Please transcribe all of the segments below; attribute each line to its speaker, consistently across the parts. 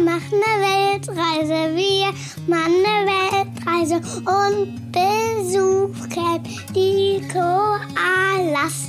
Speaker 1: machen eine Weltreise. Wir machen eine Weltreise und besuchen die Koalas.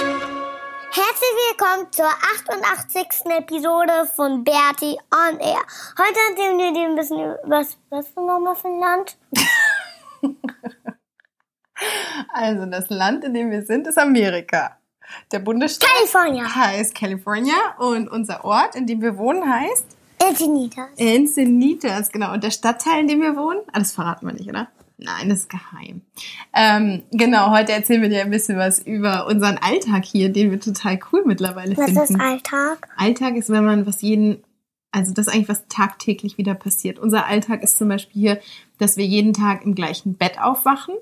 Speaker 1: Herzlich willkommen zur 88. Episode von Bertie on Air. Heute erzählen wir dir ein bisschen über was, was ist nochmal für ein Land?
Speaker 2: Also das Land, in dem wir sind, ist Amerika. Der Bundesstaat
Speaker 1: California.
Speaker 2: heißt California und unser Ort, in dem wir wohnen, heißt
Speaker 1: Encinitas.
Speaker 2: Encinitas, genau. Und der Stadtteil, in dem wir wohnen, ah, das verraten wir nicht, oder? Nein, das ist geheim. Ähm, genau, heute erzählen wir dir ein bisschen was über unseren Alltag hier, den wir total cool mittlerweile
Speaker 1: Was
Speaker 2: finden.
Speaker 1: ist Alltag?
Speaker 2: Alltag ist, wenn man was jeden, also das ist eigentlich was tagtäglich wieder passiert. Unser Alltag ist zum Beispiel hier, dass wir jeden Tag im gleichen Bett aufwachen,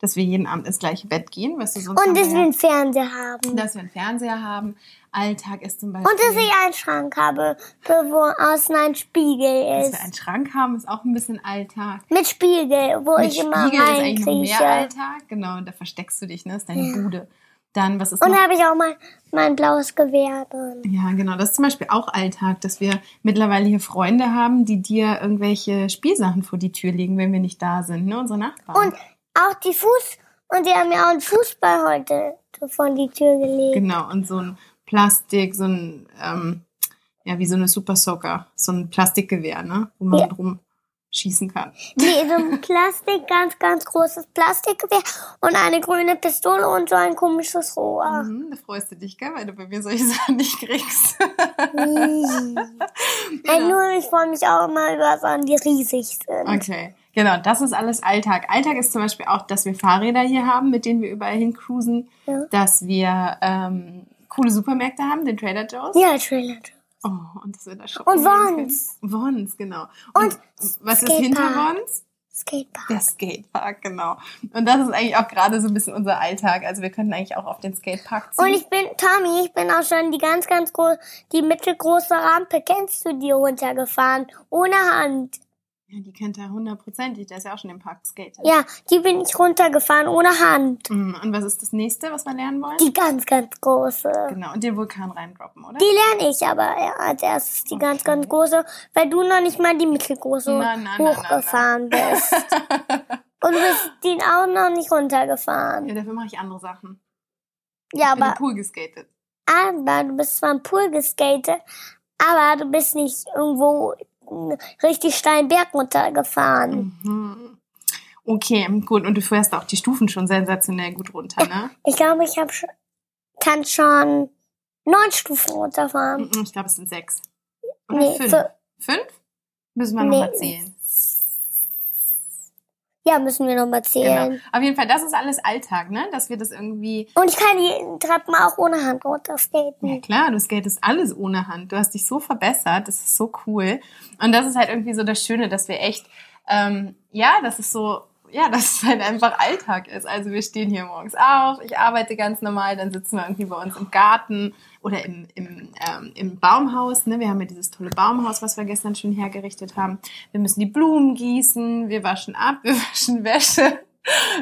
Speaker 2: dass wir jeden Abend ins gleiche Bett gehen, weißt du, sonst haben
Speaker 1: Und dass wir
Speaker 2: wir, ja-
Speaker 1: einen Fernseher haben.
Speaker 2: dass wir einen Fernseher haben. Alltag ist zum Beispiel,
Speaker 1: Und dass ich einen Schrank habe, wo außen ein Spiegel
Speaker 2: dass
Speaker 1: ist.
Speaker 2: wir einen Schrank haben, ist auch ein bisschen Alltag.
Speaker 1: Mit Spiegel, wo
Speaker 2: Mit
Speaker 1: ich
Speaker 2: Spiegel
Speaker 1: immer
Speaker 2: ist eigentlich noch mehr
Speaker 1: reinkrieche.
Speaker 2: Alltag, genau, da versteckst du dich, ne, ist deine Bude. Dann, was ist
Speaker 1: Und
Speaker 2: noch?
Speaker 1: habe ich auch mal mein blaues Gewehr drin.
Speaker 2: Ja, genau. Das ist zum Beispiel auch Alltag, dass wir mittlerweile hier Freunde haben, die dir irgendwelche Spielsachen vor die Tür legen, wenn wir nicht da sind, ne? Unsere Nachbarn.
Speaker 1: Und auch die Fuß... Und die haben mir auch einen Fußball heute von die Tür gelegt.
Speaker 2: genau, und so ein Plastik, so ein, ähm, ja, wie so eine Super Soccer, so ein Plastikgewehr, ne? Wo man
Speaker 1: Ja.
Speaker 2: drum schießen kann.
Speaker 1: Nee, so ein Plastik, ganz, ganz großes Plastikgewehr und eine grüne Pistole und so ein komisches Rohr.
Speaker 2: Mhm, da freust du dich, gell? Weil du bei mir solche Sachen nicht kriegst.
Speaker 1: Ey, nur ich freue mich auch immer über Sachen, die riesig sind.
Speaker 2: Okay, genau, das ist alles Alltag. Alltag ist zum Beispiel auch, dass wir Fahrräder hier haben, mit denen wir überall hin cruisen,
Speaker 1: Ja.
Speaker 2: dass wir ähm, coole Supermärkte haben, den Trader Joe's.
Speaker 1: Ja, Trailer.
Speaker 2: Oh, und das wird da schon.
Speaker 1: Und Vons.
Speaker 2: Vons, genau.
Speaker 1: Und
Speaker 2: was ist
Speaker 1: Skatepark.
Speaker 2: hinter Vons?
Speaker 1: Skatepark.
Speaker 2: Der Skatepark, genau. Und das ist eigentlich auch gerade so ein bisschen unser Alltag. Also wir könnten eigentlich auch auf den Skatepark ziehen.
Speaker 1: Und ich bin, Tommy, ich bin auch schon die ganz, ganz große, die mittelgroße Rampe, kennst du, die runtergefahren, ohne Hand.
Speaker 2: ja, die kennt er hundertprozentig. Der ist ja auch schon im Park skated.
Speaker 1: Ja, die bin ich runtergefahren, ohne Hand.
Speaker 2: Mm, Und was ist das nächste, was wir lernen wollen?
Speaker 1: Die ganz, ganz große.
Speaker 2: genau, und den Vulkan reindroppen, oder?
Speaker 1: Die lerne ich aber als erstes, die ganz, ganz große, weil du noch nicht mal die mittelgroße
Speaker 2: Nein, nein, nein,
Speaker 1: hochgefahren bist. Und du bist den auch noch nicht runtergefahren.
Speaker 2: ja, dafür mache ich andere Sachen.
Speaker 1: Ja,
Speaker 2: Ich bin im
Speaker 1: aber,
Speaker 2: Pool geskatet.
Speaker 1: aber du bist zwar im Pool geskatet, aber du bist nicht irgendwo einen richtig steilen Berg runtergefahren.
Speaker 2: Mhm. Okay, gut. Und du fährst auch die Stufen schon sensationell gut runter, ne?
Speaker 1: Ich glaube, ich hab schon, kann schon neun Stufen runterfahren.
Speaker 2: Mhm, Ich glaube, es sind sechs. Oder
Speaker 1: Nee,
Speaker 2: fünf.
Speaker 1: so,
Speaker 2: Fünf? Müssen wir nochmal
Speaker 1: Nee.
Speaker 2: zählen.
Speaker 1: ja, müssen wir nochmal zählen.
Speaker 2: Genau. Auf jeden Fall, das ist alles Alltag, ne? Dass wir das irgendwie.
Speaker 1: Und ich kann die Treppen auch ohne Hand
Speaker 2: Ja
Speaker 1: runterskaten.
Speaker 2: klar, du skatest alles ohne Hand. Du hast dich so verbessert, das ist so cool. Und das ist halt irgendwie so das Schöne, dass wir echt, ähm, ja, das ist so, ja, dass es halt einfach Alltag ist. Also wir stehen hier morgens auf, ich arbeite ganz normal, dann sitzen wir irgendwie bei uns im Garten oder im, im, ähm, im Baumhaus. Ne? Wir haben ja dieses tolle Baumhaus, was wir gestern schön hergerichtet haben. Wir müssen die Blumen gießen, wir waschen ab, wir waschen Wäsche.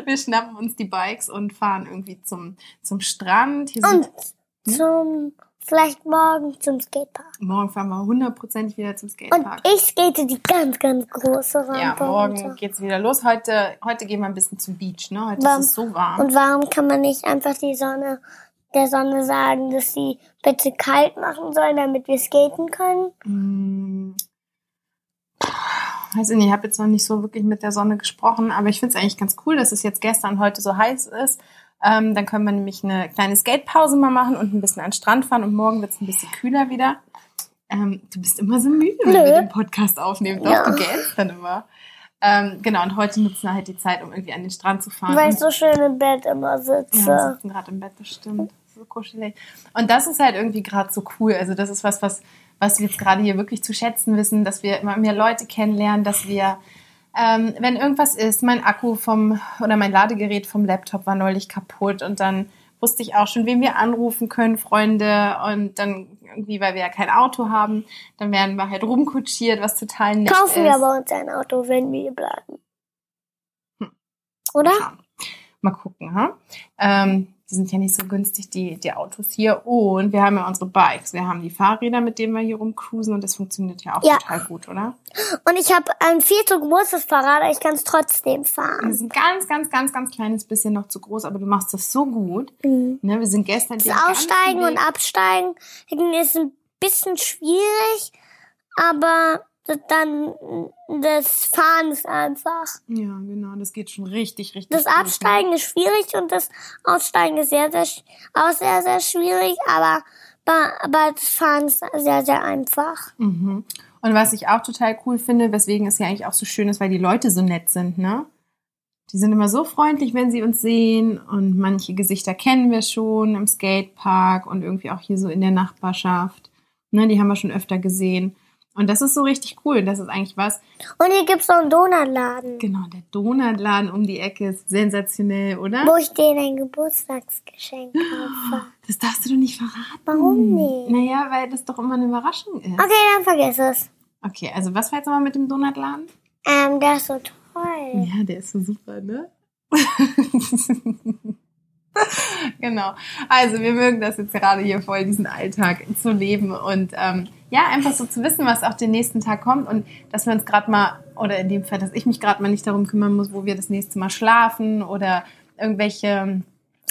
Speaker 2: Wir schnappen uns die Bikes und fahren irgendwie zum, zum Strand. Hier sind-
Speaker 1: Und
Speaker 2: Hm?
Speaker 1: zum, vielleicht morgen zum Skatepark.
Speaker 2: Morgen fahren wir hundertprozentig wieder zum
Speaker 1: Und
Speaker 2: Skatepark.
Speaker 1: ich skate die ganz, ganz große Rampe
Speaker 2: Ja, morgen
Speaker 1: runter.
Speaker 2: geht's wieder los. Heute, heute gehen wir ein bisschen zum Beach, ne? Heute
Speaker 1: Warm.
Speaker 2: ist es so warm.
Speaker 1: Und warum kann man nicht einfach die Sonne, der Sonne sagen, dass sie bitte kalt machen soll, damit wir skaten können?
Speaker 2: Hm. Weiß ich nicht, ich habe jetzt noch nicht so wirklich mit der Sonne gesprochen, aber ich finde es eigentlich ganz cool, dass es jetzt gestern und heute so heiß ist. Ähm, dann können wir nämlich eine kleine Skatepause mal machen und ein bisschen an den Strand fahren und morgen wird's ein bisschen kühler wieder. Ähm, du bist immer so müde, wenn
Speaker 1: Nö.
Speaker 2: wir den Podcast aufnehmen. Doch,
Speaker 1: Ja.
Speaker 2: du gähnst dann immer. Ähm, genau, und heute nutzen wir halt die Zeit, um irgendwie an den Strand zu fahren.
Speaker 1: Weil ich so schön im Bett immer sitze.
Speaker 2: Ja, wir sitzen gerade im Bett bestimmt. So kuschelig. Und das ist halt irgendwie gerade so cool. Also das ist was, was, was wir jetzt gerade hier wirklich zu schätzen wissen, dass wir immer mehr Leute kennenlernen, dass wir, ähm, wenn irgendwas ist, mein Akku vom oder mein Ladegerät vom Laptop war neulich kaputt und dann wusste ich auch schon, wen wir anrufen können, Freunde. Und dann irgendwie, weil wir ja kein Auto haben, dann werden wir halt rumkutschiert, was total nett
Speaker 1: Kaufen
Speaker 2: ist.
Speaker 1: wir bei uns ein Auto, wenn wir hier bleiben.
Speaker 2: Hm.
Speaker 1: Oder?
Speaker 2: Ja. Mal gucken, ha? Ähm, die sind ja nicht so günstig, die, die Autos hier. Und wir haben ja unsere Bikes. Wir haben die Fahrräder, mit denen wir hier rumcruisen und das funktioniert ja auch
Speaker 1: Ja.
Speaker 2: total gut, oder?
Speaker 1: Und ich habe ein viel zu großes Fahrrad, aber ich kann es trotzdem
Speaker 2: Wir
Speaker 1: fahren.
Speaker 2: sind ganz, ganz, ganz, ganz kleines bisschen noch zu groß, aber du machst das so gut. Ne, wir sind gestern den
Speaker 1: Das
Speaker 2: ganzen
Speaker 1: Aussteigen
Speaker 2: Weg-
Speaker 1: und Absteigen ist ein bisschen schwierig, aber das dann das Fahren ist einfach.
Speaker 2: Ja, genau, das geht schon richtig, richtig.
Speaker 1: Das
Speaker 2: gut, ne?
Speaker 1: Absteigen ist schwierig und das Aussteigen ist sehr, sehr, sch- auch sehr, sehr schwierig, aber, ba- aber das Fahren ist sehr, sehr einfach.
Speaker 2: Mhm. Und was ich auch total cool finde, weswegen es ja eigentlich auch so schön ist, weil die Leute so nett sind, ne? Die sind immer so freundlich, wenn sie uns sehen. Und manche Gesichter kennen wir schon im Skatepark und irgendwie auch hier so in der Nachbarschaft. Ne, die haben wir schon öfter gesehen. Und das ist so richtig cool. Das ist eigentlich was.
Speaker 1: Und hier gibt's noch einen Donutladen,
Speaker 2: Genau, der Donutladen um die Ecke ist sensationell, oder?
Speaker 1: wo ich denen ein Geburtstagsgeschenk kaufe.
Speaker 2: Das darfst du doch nicht verraten.
Speaker 1: Warum
Speaker 2: Hm.
Speaker 1: nicht?
Speaker 2: Naja, weil das doch immer eine Überraschung ist.
Speaker 1: Okay, dann vergiss es.
Speaker 2: Okay, also was war jetzt nochmal mit dem Donutladen?
Speaker 1: Ähm, der ist so toll.
Speaker 2: Ja, der ist so super, ne? genau. Also wir mögen das jetzt gerade hier voll, diesen Alltag zu leben und ähm, ja, einfach so zu wissen, was auch den nächsten Tag kommt und dass wir uns gerade mal, oder in dem Fall, dass ich mich gerade mal nicht darum kümmern muss, wo wir das nächste Mal schlafen oder irgendwelche ähm,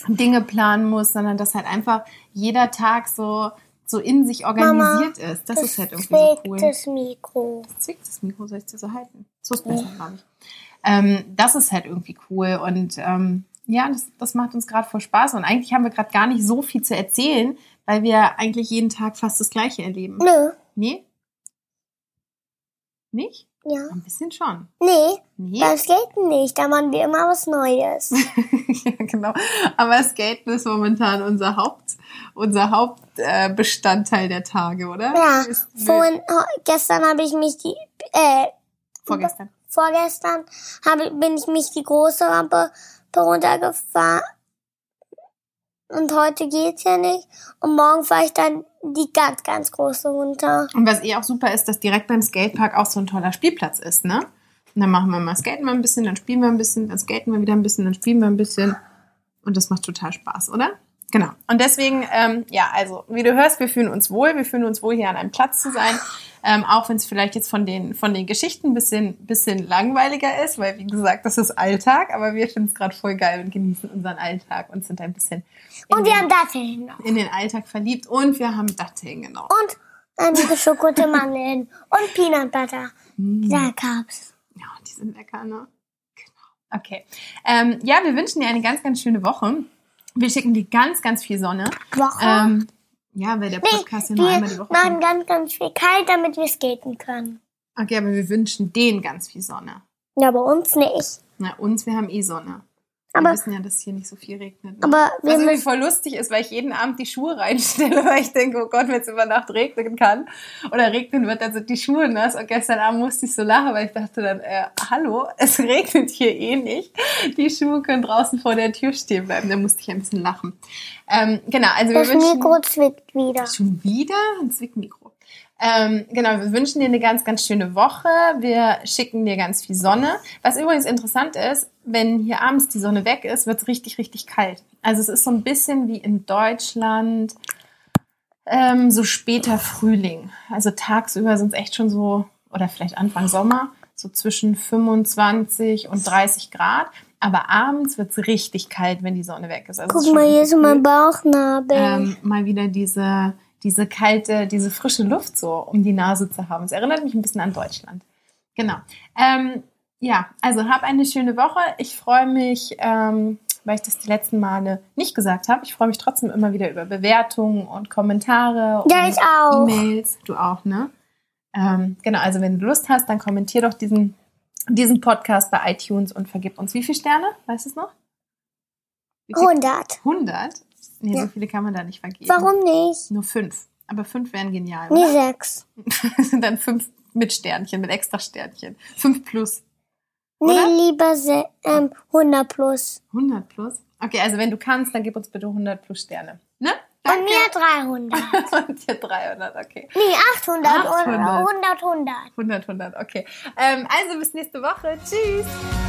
Speaker 2: Dinge planen muss, sondern dass halt einfach jeder Tag so, so in sich organisiert ist. Das, ist halt irgendwie so
Speaker 1: zwickt
Speaker 2: cool.
Speaker 1: das Mikro.
Speaker 2: Zwickt das Mikro, soll ich dir so halten? So ist besser, glaube ich. Ähm, das ist halt irgendwie cool und ähm, ja, das, das macht uns gerade voll Spaß und eigentlich haben wir gerade gar nicht so viel zu erzählen, weil wir eigentlich jeden Tag fast das Gleiche erleben.
Speaker 1: Nö.
Speaker 2: Nee? Nicht?
Speaker 1: Ja.
Speaker 2: Ein bisschen schon.
Speaker 1: Nee,
Speaker 2: Nee?
Speaker 1: das geht nicht. Da machen wir immer was Neues.
Speaker 2: ja, genau. Aber Skaten ist momentan unser Haupt, unser Hauptbestandteil äh, Bestandteil der Tage, oder?
Speaker 1: Ja.
Speaker 2: Ist,
Speaker 1: Vorhin, ho- gestern habe ich mich die, äh,
Speaker 2: vorgestern.
Speaker 1: vorgestern habe, bin ich mich die große Rampe runtergefahren. Und heute geht's ja nicht. Und morgen fahre ich dann die ganz, ganz große runter.
Speaker 2: Und was eh auch super ist, dass direkt beim Skatepark auch so ein toller Spielplatz ist, ne? Und dann machen wir mal, skaten wir ein bisschen, dann spielen wir ein bisschen, dann skaten wir wieder ein bisschen, dann spielen wir ein bisschen. Und das macht total Spaß, oder? Genau. Und deswegen, ähm, ja, also, wie du hörst, wir fühlen uns wohl. Wir fühlen uns wohl, hier an einem Platz zu sein. Ähm, auch wenn es vielleicht jetzt von den, von den Geschichten ein bisschen, bisschen langweiliger ist, weil, wie gesagt, das ist Alltag. Aber wir finden es gerade voll geil und genießen unseren Alltag und sind ein bisschen in,
Speaker 1: Und wir haben Datteln noch.
Speaker 2: den, in den Alltag verliebt. Und wir haben Datteln, genau.
Speaker 1: Und ähm, geschokoladige Mandeln. Und Peanut Butter.
Speaker 2: Hm.
Speaker 1: Da gab's.
Speaker 2: Ja, die sind lecker, ne? Genau. Okay. Ähm, ja, wir wünschen dir eine ganz, ganz schöne Woche. Wir schicken dir ganz, ganz viel Sonne.
Speaker 1: Woche.
Speaker 2: Ähm, ja, weil der Podcast ja nur
Speaker 1: wir
Speaker 2: einmal die Woche
Speaker 1: machen
Speaker 2: kommt.
Speaker 1: ganz, ganz viel kalt, damit wir skaten können.
Speaker 2: Okay, aber wir wünschen denen ganz viel Sonne.
Speaker 1: Ja, bei uns nicht.
Speaker 2: Na, uns, wir haben eh Sonne. Wir
Speaker 1: Aber-
Speaker 2: wissen ja, dass hier nicht so viel regnet. Ne?
Speaker 1: Aber wir
Speaker 2: Was irgendwie
Speaker 1: müssen,
Speaker 2: voll lustig ist, weil ich jeden Abend die Schuhe reinstelle, weil ich denke, oh Gott, wenn es über Nacht regnen kann oder regnen wird, dann sind die Schuhe nass. Und gestern Abend musste ich so lachen, weil ich dachte dann, äh, hallo, es regnet hier eh nicht. Die Schuhe können draußen vor der Tür stehen bleiben. Da musste ich ein bisschen lachen. Ähm, genau, also wir
Speaker 1: das
Speaker 2: wünschen...
Speaker 1: Mikro zwickt wieder.
Speaker 2: Schon wieder ein Zwickmikro. Ähm, genau, wir wünschen dir eine ganz, ganz schöne Woche. Wir schicken dir ganz viel Sonne. Was übrigens interessant ist, wenn hier abends die Sonne weg ist, wird es richtig, richtig kalt. Also es ist so ein bisschen wie in Deutschland ähm, so später Frühling. Also tagsüber sind es echt schon so, oder vielleicht Anfang Sommer, so zwischen 25 und 30 Grad. Aber abends wird es richtig kalt, wenn die Sonne weg ist. Also es ist
Speaker 1: Guck
Speaker 2: schon
Speaker 1: mal, hier
Speaker 2: richtig
Speaker 1: ist so
Speaker 2: cool
Speaker 1: mein Bauchnabel.
Speaker 2: ähm, mal wieder diese, diese kalte, diese frische Luft so um die Nase zu haben. Es erinnert mich ein bisschen an Deutschland. Genau. Ähm, ja, also hab eine schöne Woche. Ich freue mich, ähm, weil ich das die letzten Male nicht gesagt habe. Ich freue mich trotzdem immer wieder über Bewertungen und Kommentare und
Speaker 1: Ja, ich auch.
Speaker 2: E-Mails. Du auch, ne? Ähm, genau, also wenn du Lust hast, dann kommentier doch diesen diesen Podcast bei iTunes und vergib uns wie viele Sterne? Weißt du es noch? Wie viel?
Speaker 1: 100.
Speaker 2: 100? Nee, so
Speaker 1: Ja.
Speaker 2: viele kann man da nicht vergeben.
Speaker 1: Warum nicht?
Speaker 2: Nur fünf. Aber fünf wären genial.
Speaker 1: Nee,
Speaker 2: Oder?
Speaker 1: sechs.
Speaker 2: sind dann fünf mit Sternchen, mit extra Sternchen. Fünf plus.
Speaker 1: Nee,
Speaker 2: Oder?
Speaker 1: lieber se ähm, 100 plus.
Speaker 2: 100 plus? Okay, also wenn du kannst, dann gib uns bitte 100 plus Sterne. Ne?
Speaker 1: Bei mir 300.
Speaker 2: Und dir 300, okay.
Speaker 1: Nee, 800.
Speaker 2: 800.
Speaker 1: Und 100, 100.
Speaker 2: 100, 100, okay. Ähm, also bis nächste Woche. Tschüss.